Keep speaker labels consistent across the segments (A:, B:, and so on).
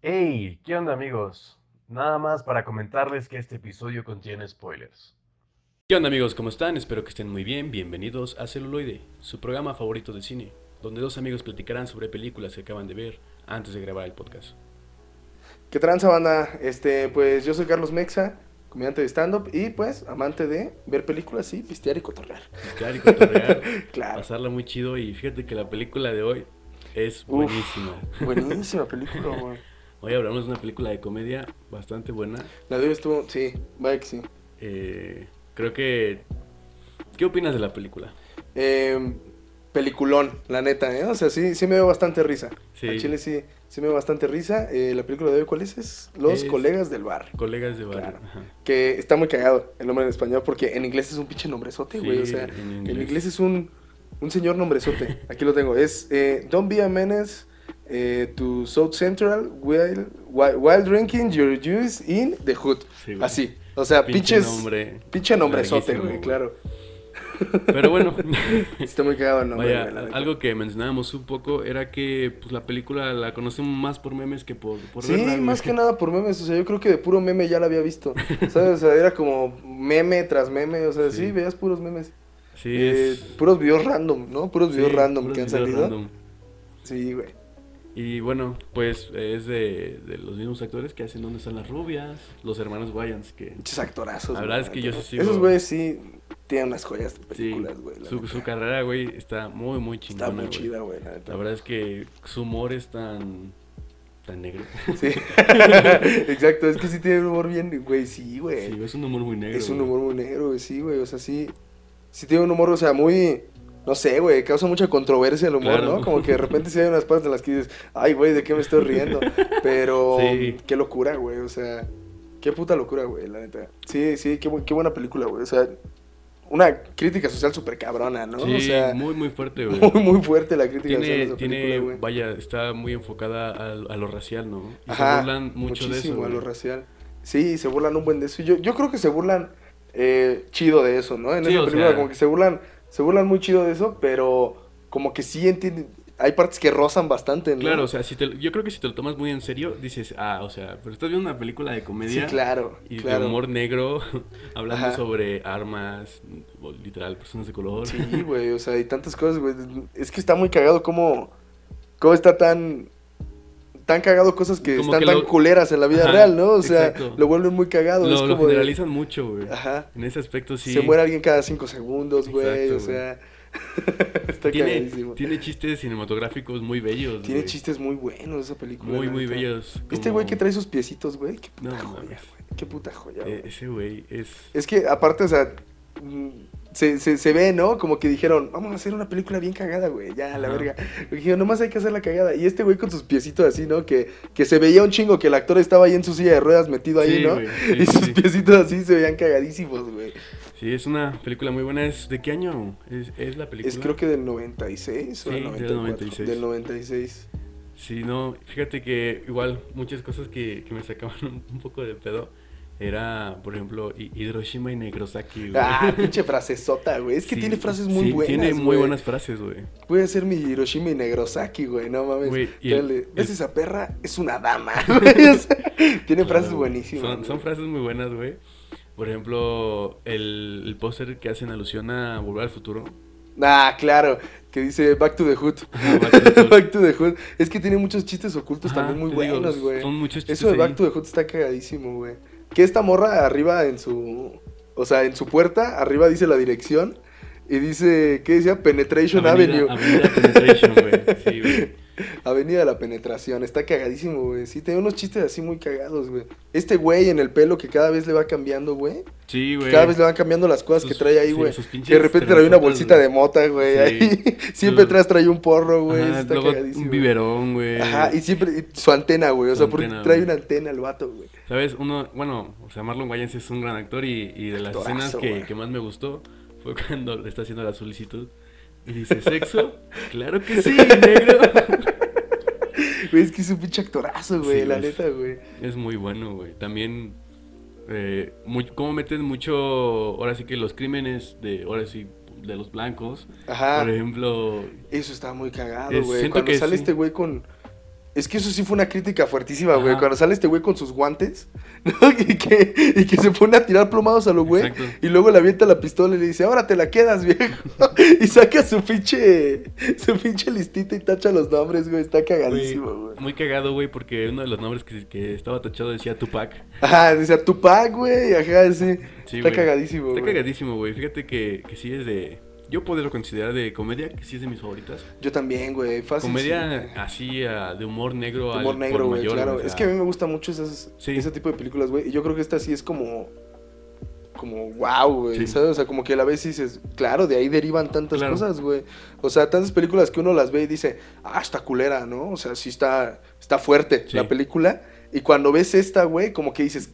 A: Hey, ¿qué onda amigos? Nada más para comentarles que este episodio contiene spoilers.
B: ¿Qué onda amigos? ¿Cómo están? Espero que estén muy bien. Bienvenidos a Celuloide, su programa favorito de cine, donde dos amigos platicarán sobre películas que acaban de ver antes de grabar el podcast.
C: ¿Qué tranza, banda? Este, pues yo soy Carlos Mexa, comediante de stand-up y pues amante de ver películas y pistear y cotorrear.
B: Pistear y cotorrear,
C: Claro.
B: pasarla muy chido y fíjate que la película de hoy es
C: Uf.
B: buenísima.
C: Buenísima película, güey.
B: Hoy hablamos de una película de comedia bastante buena.
C: La de hoy estuvo, sí, vaya que sí.
B: Eh, creo que... ¿Qué opinas de la película?
C: Eh, peliculón, la neta, ¿eh? O sea, sí, sí me dio bastante risa.
B: Sí.
C: A Chile sí, sí me dio bastante risa. Eh, la película de hoy, ¿cuál es? Es Los
B: Es-
C: Colegas del Bar.
B: Colegas de barrio.
C: Claro.
B: Ajá.
C: Que está muy cagado el nombre en español porque en inglés es un pinche nombrezote, güey.
B: Sí,
C: o sea,
B: en
C: en
B: inglés.
C: inglés, es un, un señor nombrezote. Aquí lo tengo. Es eh, Don't be a menace eh, to South Central while, while, while drinking your juice in the hood.
B: Sí, güey.
C: Así. O sea,
B: Pinche
C: pinches,
B: nombre.
C: pinche nombrezote,
B: larguísimo,
C: güey,
B: güey.
C: claro.
B: Pero bueno.
C: Está muy cagado el nombre.
B: Vaya,
C: güey, la neta.
B: algo que mencionábamos un poco era que pues, la película la conocemos más por memes que por, por
C: Sí,
B: verla, güey.
C: más que nada por memes, o sea, yo creo que de puro meme ya la había visto, ¿sabes? O sea, era como meme tras meme, o sea,
B: Sí.
C: sí, veías puros memes.
B: Sí,
C: Eh,
B: es-
C: puros videos random, ¿no? Puros
B: sí,
C: videos random
B: puros
C: que han
B: videos
C: salido.
B: random.
C: Sí, güey.
B: Y bueno, pues es de, de los mismos actores que hacen Donde están las rubias, los hermanos Wayans, que
C: Muchos actorazos.
B: La
C: güey,
B: verdad es que yo
C: neta.
B: sí sigo-
C: Esos güeyes sí tienen unas joyas de
B: sí,
C: películas, güey. la
B: su,
C: neta.
B: su carrera, güey, está muy, muy chingona,
C: Está muy
B: güey.
C: chida, güey, la neta.
B: La verdad es que su humor es tan, tan negro.
C: Sí. Exacto, es que sí tiene un humor bien, güey, sí, güey.
B: Sí, es un humor muy negro.
C: es un
B: güey.
C: humor muy negro, güey, sí, güey. O sea, sí. Sí tiene un humor, o sea, muy. No sé, güey, causa mucha controversia el humor,
B: Claro.
C: ¿no? Como que de repente sí hay unas partes en las que dices, ay, güey, ¿de qué me estoy riendo? Pero,
B: Sí.
C: qué locura, güey, o sea, qué puta locura, güey, la neta. Sí, sí, qué, bu- qué buena película, güey, o sea, una crítica social súper cabrona, ¿no?
B: Sí,
C: o sea,
B: muy, muy fuerte, güey.
C: muy, muy fuerte la crítica social de
B: Tiene,
C: esa
B: tiene
C: película, güey.
B: vaya, está muy enfocada al- a, lo racial, ¿no? Y se
C: Ajá,
B: burlan mucho de eso.
C: muchísimo a lo
B: güey.
C: racial. Sí, se burlan un buen de eso. Yo, yo creo que se burlan eh, chido de eso, ¿no? En
B: Sí,
C: esa
B: o
C: película
B: sea-
C: como que se burlan, se burlan muy chido de eso, pero como que sí entienden, hay partes que rozan bastante, ¿no?
B: Claro, o sea, si te- yo creo que si te lo tomas muy en serio, dices, ah, o sea, pero estás viendo una película de
C: sí,
B: comedia
C: claro,
B: y
C: claro.
B: de humor negro, hablando
C: Ajá.
B: sobre armas, o literal, personas de color.
C: Sí, güey, o sea, y tantas cosas, güey. Es que está muy cagado cómo, cómo está tan tan cagado cosas que
B: Como
C: están
B: que
C: tan
B: lo-
C: culeras en la vida
B: Ajá,
C: real, ¿no? O sea,
B: exacto.
C: lo vuelven muy cagado,
B: lo,
C: es
B: lo
C: como de-
B: generalizan mucho, güey.
C: Ajá.
B: En ese aspecto sí.
C: Se muere alguien cada cinco segundos, güey.
B: Exacto,
C: O sea, está
B: tiene,
C: cagadísimo. Tiene,
B: tiene chistes cinematográficos muy bellos. güey.
C: chistes muy buenos esa película.
B: Muy,
C: la
B: muy
C: neta.
B: bellos.
C: Este
B: como-
C: güey que trae sus piecitos, güey. Qué
B: No,
C: puta joya,
B: mames.
C: güey. Qué puta joya,
B: Eh,
C: güey.
B: ese güey es.
C: Es que aparte, o sea, mm, se, se, se ve, ¿no? Como que dijeron, vamos a hacer una película bien cagada, güey. Ya, la
B: Ajá.
C: verga. Dijeron, nomás hay que hacer la cagada. Y este güey con sus piecitos así, ¿no? Que, que se veía un chingo que el actor estaba ahí en su silla de ruedas metido ahí,
B: Sí,
C: ¿no?
B: güey, sí,
C: y
B: sí,
C: sus
B: sí.
C: piecitos así se veían cagadísimos, güey.
B: Sí, es una película muy buena. ¿Es ¿De qué año es, es la película?
C: Es creo que del 96 o
B: Sí,
C: del
B: del
C: 94.
B: 96.
C: Del 96.
B: Sí, no, fíjate que igual muchas cosas que, que me sacaban un, un poco de pedo era, por ejemplo, Hi- Hiroshima y Negrosaki, güey.
C: Ah, pinche frasesota, güey. Es que
B: Sí,
C: tiene frases muy
B: sí,
C: buenas.
B: tiene muy
C: güey.
B: buenas frases, güey.
C: Voy a hacer mi Hiroshima y Negrosaki, güey. No mames.
B: Güey, y el-
C: Dale, ¿Ves
B: el-
C: esa perra? Es una dama, güey. O sea, tiene
B: Claro,
C: frases
B: güey.
C: buenísimas.
B: Son, son
C: güey.
B: frases muy buenas, güey. Por ejemplo, el, el póster que hacen alusión a Volver al Futuro.
C: Ah, claro. Que dice Back to the Hood.
B: Ah, Back to the Hood.
C: Back to the Hood. Es que tiene muchos chistes ocultos
B: Ajá,
C: también muy
B: te digo,
C: buenos, güey.
B: Son muchos chistes
C: Eso de
B: ahí.
C: Back to the Hood está cagadísimo, güey. Que esta morra arriba en su. O sea, en su puerta, arriba dice la dirección. Y dice, ¿qué decía? Penetration
B: Avenida-
C: Avenue.
B: Avenida Penetration, güey. Sí, güey.
C: Avenida de la Penetración. Está cagadísimo, güey. Sí, tiene unos chistes así muy cagados, güey. Este güey en el pelo que cada vez le va cambiando, güey.
B: Sí, güey.
C: Cada vez le van cambiando las cosas
B: Sus-
C: que trae ahí,
B: sí,
C: güey.
B: sus pinches
C: Que de repente trae una
B: tresotas,
C: bolsita
B: güey.
C: de mota, güey.
B: Sí.
C: Ahí. Siempre
B: Sus-
C: atrás trae un porro, güey.
B: Ajá,
C: Está
B: luego
C: cagadísimo.
B: un biberón, güey.
C: Ajá, y siempre y su antena, güey. O
B: Su
C: sea, porque
B: antena,
C: trae
B: güey.
C: una antena el vato, güey.
B: ¿Sabes? Uno, bueno, o sea, Marlon Wayans es un gran actor y, y de las
C: Actorazo,
B: escenas que,
C: güey.
B: que más me gustó fue cuando le está haciendo la solicitud y dice, ¿sexo? claro que sí, negro.
C: Güey, es que es un pinche actorazo, güey.
B: Sí,
C: la
B: güey.
C: neta, güey.
B: es muy bueno, güey. También, eh, muy- cómo meten mucho, ahora sí que los crímenes de, ahora sí, de los blancos.
C: Ajá.
B: Por ejemplo,
C: Eso está muy cagado,
B: Es-
C: güey.
B: siento
C: Cuando
B: que
C: sale
B: sí.
C: este güey con. Es que eso sí fue una crítica fuertísima, güey.
B: Ajá.
C: Cuando sale este güey con sus guantes, ¿no? y, que, y que se pone a tirar plomados a los güey.
B: Exacto.
C: Y luego le avienta la pistola y le dice, ahora te la quedas, viejo. y saca su pinche, su pinche listita y tacha los nombres, güey. Está cagadísimo, güey.
B: Muy cagado, güey, porque uno de los nombres que, que estaba tachado decía Tupac.
C: Ajá, dice a Tupac, güey. Ajá, sí.
B: Sí,
C: está
B: güey.
C: cagadísimo,
B: Está
C: güey.
B: cagadísimo, güey. Fíjate que, que sí es de. Yo podría considerar de comedia, que sí es de mis favoritas.
C: Yo también, güey. Fácil. Ah, sí,
B: comedia
C: güey.
B: así ah, de humor negro al
C: Humor negro,
B: por
C: güey,
B: mayor,
C: claro.
B: o sea,
C: Es que a mí me gusta mucho esas,
B: Sí.
C: ese tipo de películas, güey. Y yo creo que esta sí es como. Como, wow, güey.
B: Sí.
C: ¿sabes? O sea, como que a la vez dices, claro, de ahí derivan tantas
B: Claro.
C: cosas, güey. O sea, tantas películas que uno las ve y dice, ah, está culera, ¿no? O sea, sí está, está fuerte
B: Sí.
C: la película. Y cuando ves esta, güey, como que dices,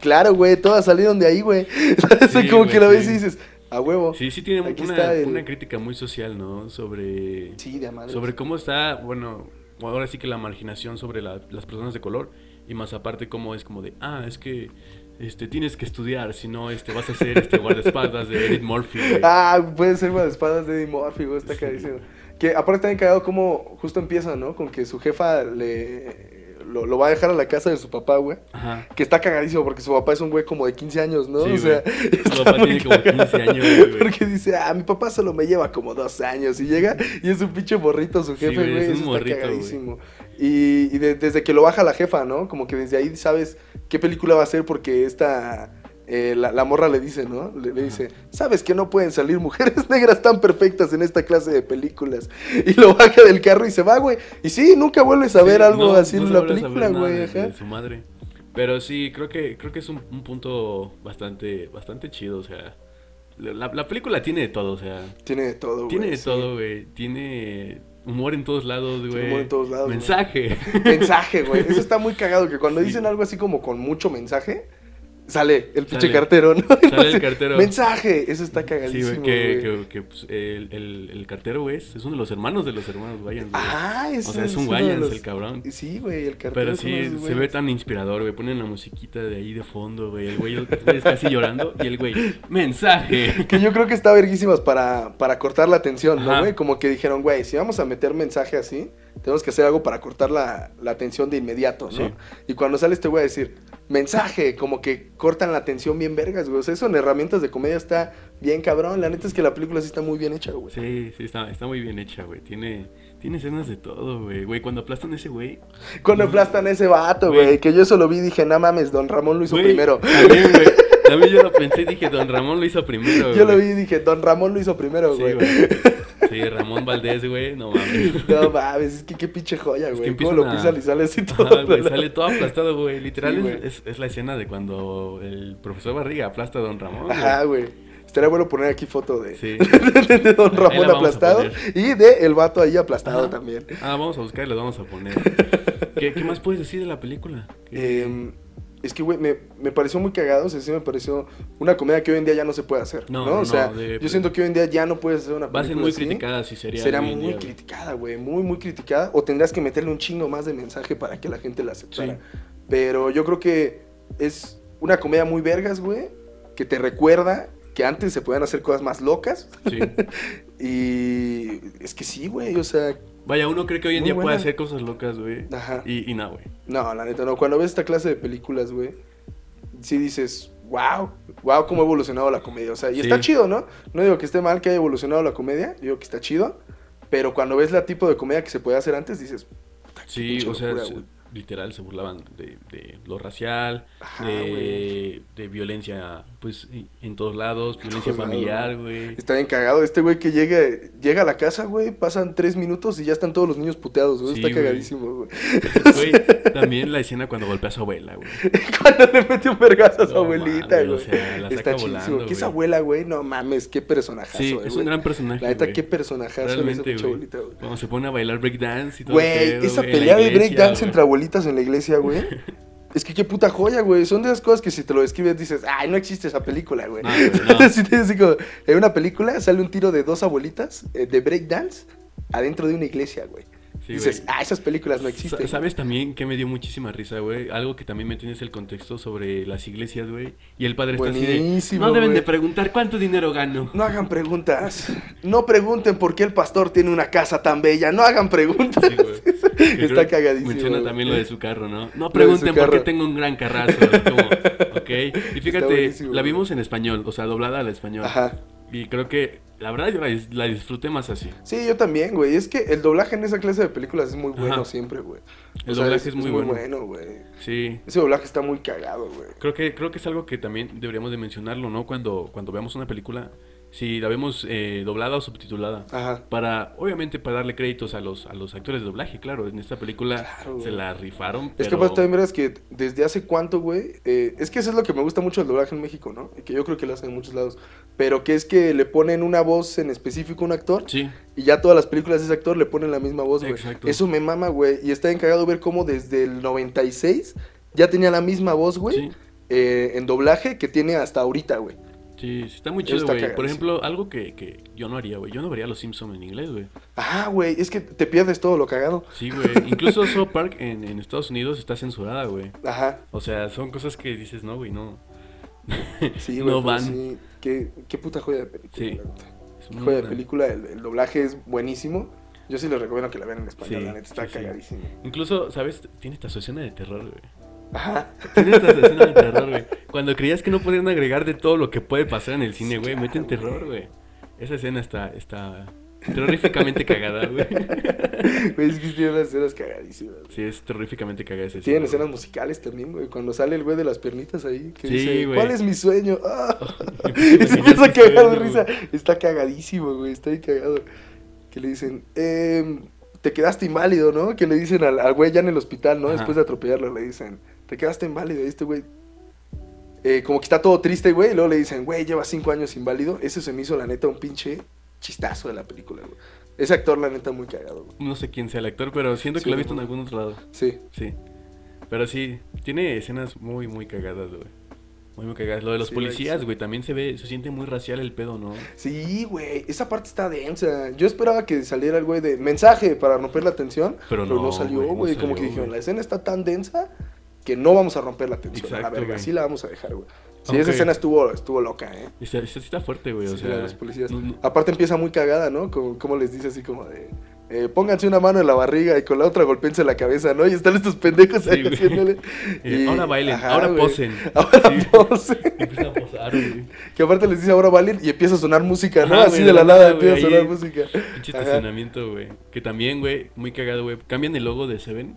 C: claro, güey, todas salieron de ahí, güey. O sea,
B: Sí,
C: como
B: güey,
C: que la ves
B: sí.
C: y dices, a huevo. Sí,
B: Sí, sí tiene
C: Aquí
B: una,
C: está el-
B: una crítica muy social, ¿no? Sobre,
C: de a madres.
B: sobre cómo está, bueno, ahora sí que la marginación sobre la- las personas de color y más aparte cómo es como de, ah, es que este, tienes que estudiar, si no este, vas a ser este guardaespaldas de Eddie Murphy. güey.
C: Ah, puede ser las espadas de Eddie Murphy, güey, está
B: Sí.
C: carísimo. Que aparte también cagado como justo empieza, ¿no? Con que su jefa le eh, lo, lo va a dejar a la casa de su papá, güey.
B: Ajá.
C: Que está cagadísimo porque su papá es un güey como de 15 años, ¿no?
B: Sí,
C: o
B: güey.
C: sea,
B: Su
C: está
B: papá
C: muy
B: tiene como 15 años,
C: cagado,
B: güey.
C: Porque dice, ah, mi papá solo me lleva como dos años. Y llega y es un pinche morrito su
B: Sí,
C: jefe,
B: güey,
C: güey.
B: es un
C: eso
B: morrito,
C: está
B: güey.
C: cagadísimo. Y, y de- desde que lo baja la jefa, ¿no? Como que desde ahí sabes qué película va a ser porque esta... eh, la, la morra le dice, ¿no? Le, le dice, sabes que no pueden salir mujeres negras tan perfectas en esta clase de películas. Y lo baja del carro y se va, güey. Y sí, nunca vuelves a ver
B: Sí,
C: algo
B: no,
C: así
B: no
C: en
B: se
C: la
B: vuelve a saber
C: película,
B: nada
C: güey.
B: de- de
C: Ajá.
B: su madre. Pero sí, creo que, creo que es un, un punto bastante, bastante chido, o sea. La, la película tiene de todo, o sea.
C: Tiene de todo, güey.
B: Tiene de
C: sí.
B: todo, güey. Tiene humor en todos lados, güey.
C: humor en todos lados, güey.
B: Mensaje.
C: Mensaje, güey. Eso está muy cagado, que cuando
B: Sí.
C: dicen algo así como con mucho mensaje, sale el pinche
B: Sale.
C: cartero, ¿no?
B: Sale el cartero.
C: Mensaje. Eso está
B: Sí,
C: cagadísimo,
B: güey,
C: güey.
B: que, que, que, pues, el, el, el cartero, güey, es es uno de los hermanos de los hermanos Wayans, güey.
C: Ah, ese
B: o sea, es un
C: uno de
B: Wayans
C: los-
B: el cabrón.
C: Sí, güey, el cartero.
B: Pero
C: es uno de
B: sí,
C: esos
B: se ve
C: güeyes.
B: tan inspirador, güey. Ponen la musiquita de ahí de fondo, güey. El güey el- es casi llorando y el güey, mensaje.
C: Que yo creo que está verguísimas para, para cortar la atención, ¿no,
B: Ajá.
C: güey? Como que dijeron, güey, si vamos a meter mensaje así, tenemos que hacer algo para cortar la, la atención de inmediato, ¿no?
B: Sí.
C: Y cuando sale este güey a decir, mensaje, como que cortan la atención bien vergas, güey. O sea, eso en herramientas de comedia está bien cabrón. La neta es que la película sí está muy bien hecha, güey.
B: Sí, sí, está, está muy bien hecha, güey. Tiene, tiene escenas de todo, güey. Güey, cuando aplastan a ese güey.
C: Cuando aplastan a ese vato,
B: Güey.
C: güey, que yo eso lo vi y dije, no mames, don Ramón lo hizo
B: Güey,
C: primero.
B: También, güey. También yo lo pensé y dije, Don Ramón lo hizo primero, güey.
C: Yo lo vi y dije, don Ramón lo hizo primero,
B: Sí,
C: güey.
B: güey. Sí, Ramón Valdés, güey. No mames.
C: no mames, es que qué pinche joya,
B: Es que
C: güey.
B: empiezan
C: Cómo lo
B: a-
C: pisan y sale así todo.
B: Ajá, güey,
C: la-
B: sale todo aplastado, güey. Literal
C: Sí,
B: es-
C: güey.
B: es, es la escena de cuando el profesor Barriga aplasta a Don Ramón. güey.
C: Ajá, güey. Estaría bueno poner aquí foto de,
B: Sí.
C: de Don
B: Ahí la
C: Ramón
B: vamos a
C: aplastado
B: poner.
C: y de el vato ahí aplastado
B: Ajá.
C: también.
B: Ah, vamos a buscar y lo vamos a poner. ¿Qué, qué más puedes decir de la película? ¿Qué-
C: Eh, es que, güey, me, me pareció muy cagado. O sea, sí me pareció una comedia que hoy en día ya no se puede hacer.
B: No,
C: No,
B: no,
C: O sea,
B: de-
C: yo siento que hoy en día ya no puedes hacer una
B: Va a
C: película.
B: ser muy
C: así.
B: criticada si sería.
C: Será
B: hoy en
C: muy
B: día, güey.
C: criticada, güey. Muy, muy criticada. O tendrás que meterle un chingo más de mensaje para que la gente la aceptara.
B: Sí.
C: Pero yo creo que es una comedia muy vergas, güey. Que te recuerda que antes se podían hacer cosas más locas.
B: Sí.
C: Y es que sí, güey, o sea,
B: Vaya, uno cree que hoy en
C: Muy
B: día puede
C: buena.
B: hacer cosas locas, güey.
C: Ajá.
B: Y, y nada, güey.
C: no, la neta no, cuando ves esta clase de películas, güey, sí dices, wow, wow, cómo ha evolucionado la comedia, o sea, y
B: Sí.
C: está chido, ¿no? No digo que esté mal que haya evolucionado la comedia, digo que está chido, pero cuando ves la tipo de comedia que se podía hacer antes, dices,
B: Sí,
C: pinche
B: o sea,
C: locura,
B: se-
C: güey.
B: literal se burlaban de, de lo racial,
C: Ajá,
B: de,
C: Ah, güey.
B: de violencia, pues, en- en todos lados, violencia
C: todos lados,
B: familiar, güey.
C: está bien cagado, este güey que llega, llega a la casa, güey, pasan tres minutos y ya están todos los niños puteados, güey,
B: Sí,
C: está
B: güey.
C: cagadísimo, güey.
B: Güey, también la escena cuando golpea a su abuela, güey.
C: Cuando le mete un vergazo a su
B: No
C: abuelita,
B: mames, o
C: güey.
B: sea, la saca
C: Está
B: volando,
C: chidísimo. ¿Qué es
B: güey.
C: abuela, güey? No mames, qué personajazo,
B: Sí,
C: eh,
B: es
C: güey.
B: un gran personaje.
C: La neta,
B: güey.
C: qué personajazo en esa
B: Realmente,
C: pinche
B: güey.
C: abuelita, güey.
B: Cuando se pone a bailar breakdance y todo. el
C: Güey,
B: pedo, güey, en
C: esa
B: la
C: pelea de
B: iglesia,
C: breakdance
B: güey.
C: entre abuelitas en la iglesia, güey. Es que qué puta joya, güey. Son de esas cosas que si te lo describes dices, ay, no existe esa película, güey.
B: No, güey, no.
C: Si te dices como, en una película sale un tiro de dos abuelitas eh, de breakdance adentro de una iglesia, güey.
B: Sí,
C: dices,
B: güey.
C: ah, esas películas no existen.
B: Sa- ¿Sabes también que me dio muchísima risa, güey? Algo que también me tienes el contexto sobre las iglesias, güey. Y el padre está así de,
C: Buenísimo,
B: No deben
C: güey.
B: de preguntar cuánto dinero gano.
C: No hagan preguntas. No pregunten por qué el pastor tiene una casa tan bella. No hagan preguntas.
B: Sí, güey. Que
C: Está
B: creo-
C: cagadísimo,
B: Menciona
C: güey.
B: también lo de su carro, ¿no? No
C: su
B: pregunten por qué
C: carro.
B: tengo un gran carrazo. es como, ok. Y fíjate,
C: buenísimo,
B: la
C: güey.
B: vimos en español, o sea, doblada al español.
C: Ajá.
B: Y creo que, la verdad, yo la, dis- la disfruté más así.
C: Sí, yo también, güey. Es que el doblaje en esa clase de películas es muy bueno
B: Ajá.
C: siempre, güey.
B: El
C: O sea,
B: doblaje es, muy bueno.
C: güey.
B: Sí.
C: Ese doblaje está muy cagado, güey.
B: Creo que, creo que es algo que también deberíamos de mencionarlo, ¿no? Cuando, cuando veamos una película, si la vemos eh, doblada o subtitulada.
C: Ajá.
B: Para, obviamente, para darle créditos a los, a los actores de doblaje, claro. En esta película
C: Claro,
B: se
C: güey.
B: la rifaron,
C: Es que
B: pero-
C: pues también verás que desde hace cuánto, güey, eh, es que eso es lo que me gusta mucho del doblaje en México, ¿no? Y que yo creo que lo hacen en muchos lados. Pero que es que le ponen una voz en específico a un actor
B: Sí,
C: y ya todas las películas de ese actor le ponen la misma voz, güey.
B: Exacto.
C: Eso me mama, güey. Y está encargado ver cómo desde el 96 ya tenía la misma voz, güey,
B: sí.
C: eh, en doblaje que tiene hasta ahorita, güey.
B: Sí, sí, está muy
C: Eso
B: chido,
C: está
B: güey. Por
C: cagadísimo.
B: ejemplo, algo que, que yo no haría, güey. Yo no vería Los Simpsons en inglés, güey.
C: Ah, güey, es que te pierdes todo lo cagado.
B: Sí, güey. Incluso South Park en, en Estados Unidos está censurada, güey.
C: Ajá.
B: O sea, son cosas que dices, no, güey, no.
C: Sí,
B: No
C: güey. pero
B: van.
C: Sí. Qué, qué puta joya de película.
B: Sí.
C: la neta.
B: Es
C: Qué
B: una-
C: Joya de película, el, el doblaje es buenísimo. Yo sí les recomiendo que la vean en español,
B: Sí,
C: la neta está
B: sí, sí.
C: cagadísimo.
B: Incluso, ¿sabes? Tiene esta escena de terror, güey.
C: Ajá.
B: Tiene esta escena de terror, güey. Cuando creías que no podían agregar de todo lo que puede pasar en el cine, güey,
C: claro,
B: meten terror,
C: güey.
B: güey. Esa escena está, está terroríficamente cagada, güey.
C: Güey, es que tiene unas escenas cagadísimas. güey.
B: Sí, es terroríficamente cagada esa
C: Tienen
B: escena,
C: escenas musicales también, güey. Cuando sale el güey de las piernitas ahí, que
B: Sí,
C: dice,
B: güey.
C: ¿cuál es mi sueño? Ah.
B: güey.
C: y se empieza a cagar de
B: Güey.
C: risa. Está cagadísimo, güey. Está ahí cagado. Que le dicen, em, te quedaste inválido, ¿no? Que le dicen al, al güey ya en el hospital, ¿no?
B: Ajá.
C: Después de atropellarlo, le dicen, te quedaste inválido. Y este güey, eh, como que está todo triste, güey. Y luego le dicen, güey, lleva cinco años inválido. Eso se me hizo, la neta, un pinche chistazo de la película, güey. Ese actor, la neta, muy cagado, güey.
B: No sé quién sea el actor, pero siento que
C: Sí,
B: lo he visto en
C: güey.
B: algún otro lado.
C: Sí.
B: Sí. Pero sí, tiene escenas muy, muy cagadas, güey. Muy, muy cagadas. Lo de los
C: Sí, güey,
B: policías,
C: sí.
B: güey, también se ve, se siente muy racial el pedo, ¿no?
C: Sí, güey, esa parte está densa. Yo esperaba que saliera el güey de mensaje para romper la tensión,
B: Pero
C: pero,
B: no,
C: no, salió,
B: güey, no
C: güey. Como
B: salió,
C: que dijeron,
B: güey.
C: la escena está tan densa que no vamos a romper la tensión. a la
B: Exacto,
C: verga,
B: güey.
C: sí la vamos a dejar, güey. Sí,
B: Aunque-
C: esa escena estuvo, estuvo loca, ¿eh?
B: Está, está, está fuerte, güey, o
C: Sí,
B: sea.
C: la de los policías.
B: no- no-
C: Aparte empieza muy cagada, ¿no? Como, como les dice así como de... eh, pónganse una mano en la barriga y con la otra golpense la cabeza, ¿no? Y están estos pendejos
B: Sí,
C: ahí
B: güey.
C: haciéndole.
B: eh,
C: y-
B: ahora bailen,
C: ajá,
B: ahora
C: güey.
B: posen.
C: Ahora
B: Sí.
C: posen.
B: Empiezan a posar, güey.
C: Que aparte les dice ahora Valen y empieza a sonar música, ¿no?
B: Ajá,
C: Así
B: güey,
C: de la
B: güey,
C: nada empieza a
B: ahí.
C: sonar música.
B: Pinche
C: Ajá.
B: estacionamiento, güey. Que también, güey, muy cagado, güey. Cambian el logo de Seven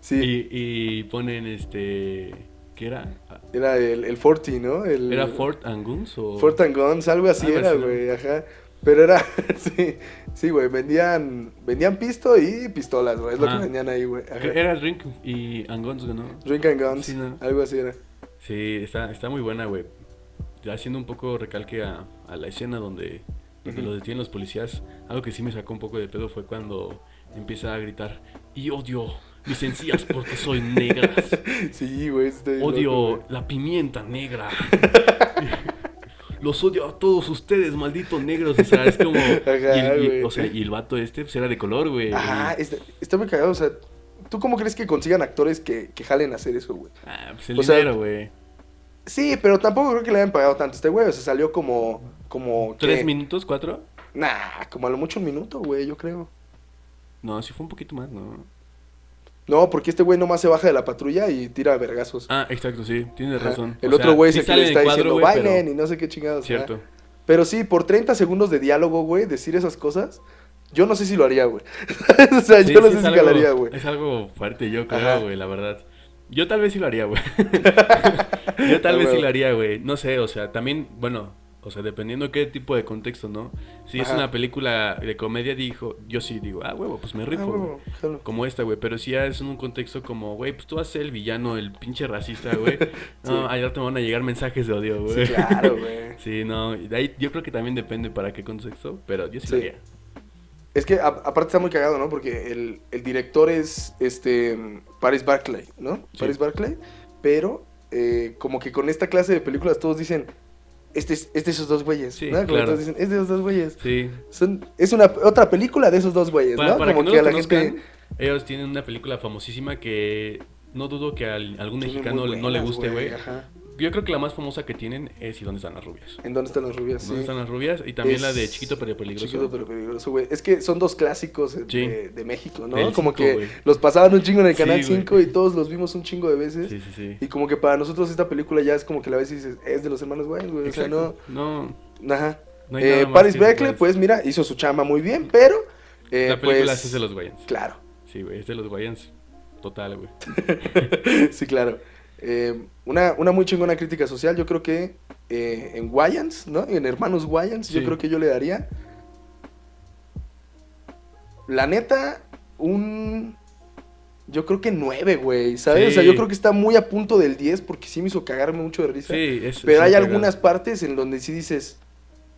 C: Sí,
B: y, y ponen este. ¿Qué era? Ah,
C: era el, el Forti, ¿no? El,
B: ¿Era Fort and Guns o.?
C: Fort and Guns, algo así
B: Algo
C: era,
B: así, ¿no?
C: güey, ajá. Pero era, sí, sí, güey, vendían, vendían pisto y pistolas, güey, es lo
B: Ajá.
C: que vendían ahí, güey. ajá.
B: Ah. Era Drink y and Guns, ¿no?
C: Drink and Guns,
B: Sí, ¿no?
C: algo así era.
B: Sí, está, está muy buena, güey. Ya Haciendo un poco recalque a, a la escena donde, donde
C: Ujú.
B: lo detienen los policías, algo que sí me sacó un poco de pedo fue cuando empieza a gritar, y odio mis encías porque soy negra,
C: Sí, güey, está bien loco,
B: odio
C: güey.
B: la pimienta negra, los odio a todos ustedes, malditos negros, o sea, es como... y,
C: Ajá,
B: el, y-
C: güey.
B: o sea, y el vato este pues, era de color, güey.
C: Ajá, está, está muy cagado, o sea, ¿tú cómo crees que consigan actores que, que jalen a hacer eso, güey?
B: Ah, pues el
C: O sea,
B: dinero, güey.
C: Sí, pero tampoco creo que le hayan pagado tanto a este güey, o sea, salió como, como,
B: ¿Tres
C: ¿qué?
B: minutos, cuatro?
C: Nah, como a lo mucho un minuto, güey, yo creo.
B: No, sí fue un poquito más, ¿no?
C: No, porque este güey nomás se baja de la patrulla y tira vergazos.
B: Ah, exacto, sí, tienes
C: Ajá.
B: razón.
C: El
B: O
C: otro
B: sea,
C: güey
B: sí
C: es el que le
B: sale en
C: está
B: el cuadro,
C: diciendo
B: güey, pero-
C: bailen y no sé qué chingados. ajá.
B: Cierto.
C: Pero sí, por 30 segundos de diálogo, güey, decir esas cosas, yo no sé si lo haría, güey. o sea,
B: Sí,
C: yo no
B: sí,
C: sé
B: es
C: si
B: algo-
C: jalaría, güey.
B: Es algo fuerte, yo
C: Ajá.
B: creo, güey, la verdad. Yo tal vez sí lo haría, güey. yo tal
C: Ah,
B: vez sí
C: güey.
B: lo haría, güey. No sé, o sea, también, bueno, o sea, dependiendo qué tipo de contexto, ¿no? Si es
C: Ajá.
B: una película de comedia, dijo, yo sí digo, ah, huevo, pues me
C: Ah,
B: rifo,
C: güey,
B: güey.
C: jalo.
B: Como esta, güey, pero si ya es en un contexto como, güey, pues tú vas a ser el villano, el pinche racista, güey. No, allá te van a llegar mensajes de odio, güey.
C: Sí, claro, güey.
B: Sí, no, y de ahí yo creo que también depende para qué contexto, pero yo sí, lo
C: Sí.
B: haría.
C: Es que a- aparte está muy cagado, ¿no? Porque el, el director es este mm, Paris Barclay, ¿no?
B: Sí.
C: Paris Barclay, pero eh, como que con esta clase de películas todos dicen, este es, es de esos dos güeyes,
B: Sí,
C: ¿no? Como
B: claro.
C: todos dicen, es de esos dos güeyes.
B: Sí.
C: Son- es una otra película de esos dos güeyes,
B: Para,
C: ¿no?
B: para
C: como
B: que, no
C: que a
B: lo
C: la
B: conozcan,
C: gente
B: ellos tienen una película famosísima que no dudo que a algún
C: Tiene muy
B: mexicano no le
C: buenas,
B: guste, güey.
C: ajá.
B: yo creo que la más famosa que tienen es ¿Y dónde están las rubias?
C: ¿En dónde están las rubias? Sí.
B: ¿Dónde están las rubias? Y también la de
C: Es-
B: Chiquito pero Peligroso.
C: Chiquito pero peligroso, güey. Es que son dos clásicos de,
B: Sí.
C: de- de México, ¿no?
B: Del
C: como
B: cinco,
C: que
B: güey.
C: los pasaban un chingo en el
B: Sí,
C: Canal
B: güey.
C: 5 y todos los vimos un chingo de veces.
B: Sí, sí, sí.
C: Y como que para nosotros esta película ya es como que la ves y dices, es de los hermanos Wayans, güey. O sea, no.
B: Exacto. no.
C: Ajá.
B: No hay
C: Eh,
B: nada más
C: Paris
B: que se
C: Beckley,
B: pueda
C: pues mira, hizo su chamba muy bien, pero. eh,
B: la película
C: pues,
B: es de los Wayans.
C: Claro,
B: Sí, güey, es de los Wayans. Total, güey.
C: sí, claro. Eh, una, una muy chingona crítica social, yo creo que eh, en Wayans, ¿no? En Hermanos Wayans, yo
B: Sí.
C: creo que yo le daría. La neta, un. Yo creo que nueve, güey, ¿sabes? O sea,
B: Sí.
C: yo creo que está muy a punto del 10 porque sí me hizo cagarme mucho de risa.
B: Sí, es.
C: Pero
B: es
C: hay
B: una
C: algunas
B: cagada.
C: partes en donde sí dices,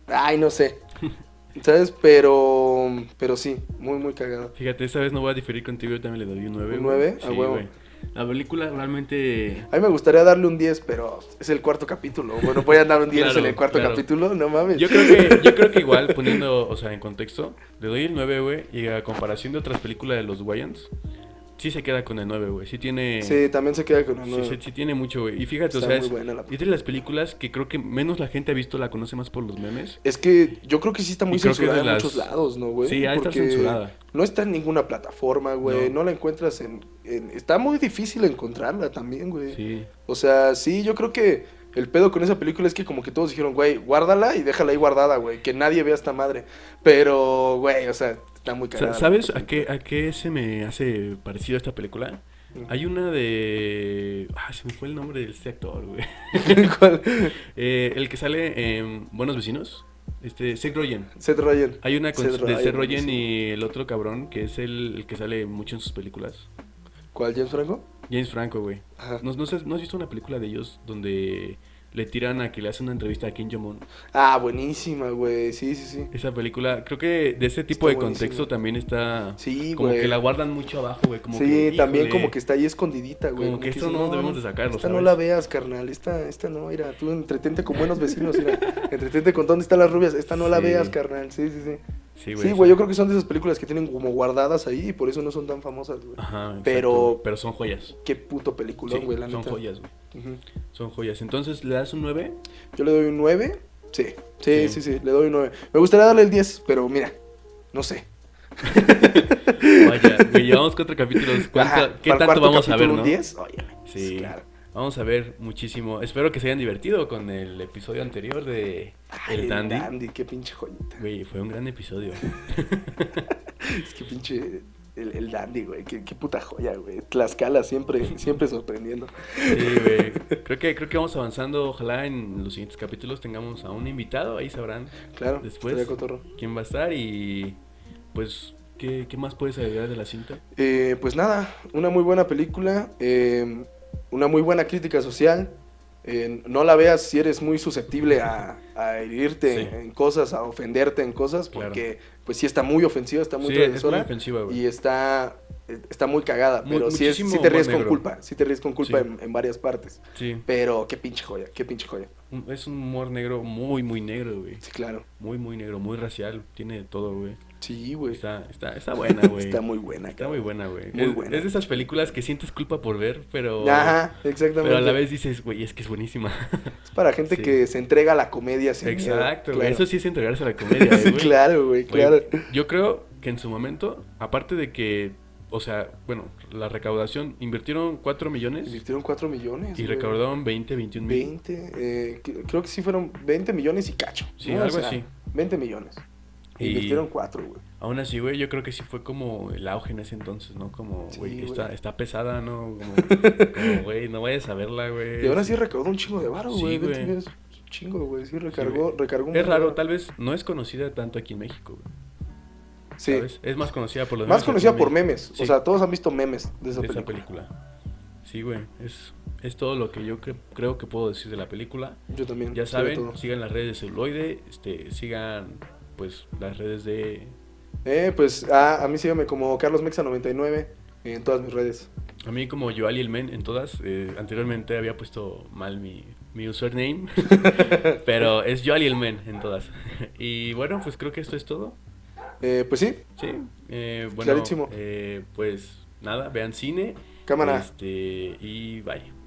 C: ay, no sé. ¿Sabes? Pero, pero sí, muy, muy cagado.
B: Fíjate, esta vez no voy a diferir contigo, yo también le doy un 9.
C: ¿Un nueve?
B: Sí,
C: A huevo.
B: güey. La película realmente.
C: A mí me gustaría darle un 10, pero es el cuarto capítulo. Bueno, voy a dar un 10
B: Claro,
C: en el cuarto
B: claro.
C: capítulo, no mames.
B: Yo creo que, yo creo que igual, poniendo, o sea, en contexto, le doy el 9, güey, y a comparación de otras películas de los Wayans, sí se queda con el 9, güey. Sí tiene.
C: Sí, también se queda con un
B: sí,
C: 9.
B: sí- sí tiene mucho, güey. Y fíjate,
C: Está
B: o sea,
C: muy
B: es,
C: buena la
B: es de las películas que creo que menos la gente ha visto, la conoce más por los memes.
C: Es que yo creo que sí está muy
B: Y creo que es de
C: censurada en
B: las-
C: muchos lados, ¿no, güey?
B: Sí, ahí está
C: Porque
B: censurada.
C: No está en ninguna plataforma, güey. No,
B: No.
C: la encuentras en, en- Está muy difícil encontrarla también, güey.
B: Sí.
C: O sea, sí, yo creo que el pedo con esa película es que como que todos dijeron, güey, guárdala y déjala ahí guardada, güey, que nadie vea esta madre. Pero, güey, o sea, está muy
B: Sa-
C: cagada.
B: ¿Sabes a qué, a qué se me hace parecido esta película?
C: Mm.
B: Hay una de. Ah, se me fue el nombre de este actor, güey.
C: ¿Cuál?
B: Eh, el que sale en Buenos Vecinos. Este, Seth Rogen.
C: Seth Rogen.
B: Hay una con
C: Seth
B: de Seth
C: Rogen,
B: Rogen
C: buenísimo.
B: y el otro cabrón, que es el, el que sale mucho en sus películas.
C: ¿Cuál, James Franco?
B: James Franco, güey.
C: Ajá.
B: ¿No, no, sé- ¿no has visto una película de ellos donde le tiran a que le hacen una entrevista a Kim Jong-un?
C: Ah, buenísima, güey. Sí, sí, sí.
B: Esa película, creo que de ese tipo
C: Está
B: de
C: buenísimo.
B: contexto también está...
C: Sí,
B: como
C: güey.
B: que la guardan mucho abajo, güey. Como
C: sí,
B: que,
C: también
B: híjole.
C: como que está ahí escondidita, güey.
B: Como que esto
C: dices,
B: no debemos de sacarlo,
C: Esta no
B: ¿sabes?
C: la veas, carnal. Esta, esta no, mira, tú entretente con buenos vecinos, mira. entretente con dónde están las rubias. Esta no la
B: Sí.
C: veas, carnal. Sí, sí, sí.
B: Sí,
C: Sí,
B: o
C: güey,
B: sea,
C: yo creo que son de esas películas que tienen como guardadas ahí y por eso no son tan famosas, güey.
B: Ajá, exacto,
C: pero-
B: güey, Pero son joyas.
C: Qué puto peliculón,
B: Sí,
C: güey, la
B: son
C: neta.
B: joyas, güey.
C: Ujú.
B: Son joyas. Entonces, ¿le das un 9?
C: Yo le doy un 9. Sí,
B: Sí.
C: sí, sí, sí, le doy un 9. Me gustaría darle el 10, pero mira, no sé.
B: Vaya, güey, llevamos cuatro capítulos. ¿Cuánto-
C: Ajá,
B: ¿Qué tanto
C: para el cuarto
B: vamos a
C: capítulo,
B: ver,
C: un
B: no?
C: 10? Oye, sí,
B: Sí.
C: claro.
B: Vamos a ver muchísimo. Espero que se hayan divertido con el episodio anterior de
C: Ay,
B: El Dandy.
C: qué pinche joyita.
B: Güey, fue un gran episodio.
C: Es que pinche el, el Dandy, güey, qué, qué puta joya, güey. Tlaxcala siempre siempre sorprendiendo.
B: Sí, güey. Creo que, creo que vamos avanzando. Ojalá en los siguientes capítulos tengamos a un invitado. Ahí sabrán
C: Claro.
B: Después.
C: estaría cotorro.
B: quién va a estar y pues qué, qué más puedes agregar de la cinta.
C: Eh, pues nada, una muy buena película, eh, una muy buena crítica social. Eh, no la veas si eres muy susceptible a, a herirte
B: Sí.
C: en cosas, a ofenderte en cosas,
B: Claro.
C: porque pues sí está muy ofensiva, está muy
B: sí, es muy
C: transgresora
B: ofensiva, güey.
C: y está, está muy cagada,
B: Mu-
C: pero sí, es-
B: muchísimo
C: sí te ríes
B: humor
C: con
B: negro.
C: culpa, sí te ríes con culpa
B: Sí.
C: en, en varias partes.
B: Sí,
C: Pero qué pinche joya, qué pinche joya.
B: un- es un humor negro muy, muy negro, güey.
C: Sí, claro.
B: Muy, muy negro, muy racial. Tiene de todo, güey.
C: Sí, güey.
B: Está, está, está buena, güey.
C: Está muy buena,
B: Está muy buena, güey.
C: Muy
B: es,
C: buena.
B: es de esas películas que sientes culpa por ver, pero.
C: Ajá, exactamente.
B: Pero a la vez dices, güey, es que es buenísima.
C: Es para gente
B: Sí.
C: que se entrega a la comedia sin miedo,
B: Exacto, güey.
C: claro.
B: Eso sí es entregarse a la comedia, eh,
C: Sí,
B: güey.
C: claro, güey,
B: Güey,
C: claro.
B: Yo creo que en su momento, aparte de que, o sea, bueno, la recaudación, invirtieron 4 millones
C: Invirtieron 4 millones.
B: y
C: güey.
B: recaudaron 20, 21 mil.
C: 20, eh, que- creo que sí fueron 20 millones y cacho.
B: Sí,
C: ¿no?
B: algo así.
C: 20 millones.
B: Y-
C: Invirtieron 4, güey.
B: Aún así, güey, yo creo que sí fue como el auge en ese entonces, ¿no? Como,
C: Sí,
B: güey,
C: güey.
B: está, está pesada, ¿no? Como, como, güey, no vayas a verla, güey.
C: Y ahora sí recaudó un chingo de varo,
B: Sí,
C: güey.
B: güey.
C: Vete, ves, un Chingo, güey. Sí,
B: Sí,
C: recargó,
B: güey.
C: recargó un
B: Es
C: buen de
B: raro,
C: varo.
B: tal vez no es conocida tanto aquí en México, güey.
C: Sí.
B: ¿sabes? Es más conocida por los
C: Más
B: memes
C: conocida por
B: latinoamericanos.
C: memes.
B: Sí.
C: O sea, todos han visto memes de esa
B: de esa
C: película.
B: película. Sí, güey. Es, es todo lo que yo cre- creo que puedo decir de la película.
C: Yo también.
B: Ya saben,
C: sobre todo.
B: sigan las redes de celuloide, este, sigan pues las redes de
C: Eh, pues a, a mí síganme como Carlos Mexa 99 en todas mis redes.
B: a mí como Yoali el Men en todas. eh, anteriormente había puesto mal mi, mi username, pero es Yoali el Men en todas. y bueno, pues creo que esto es todo.
C: Eh, pues sí,
B: Sí, eh, bueno,
C: Clarísimo.
B: eh, pues nada, vean cine.
C: cámara.
B: Este, y bye.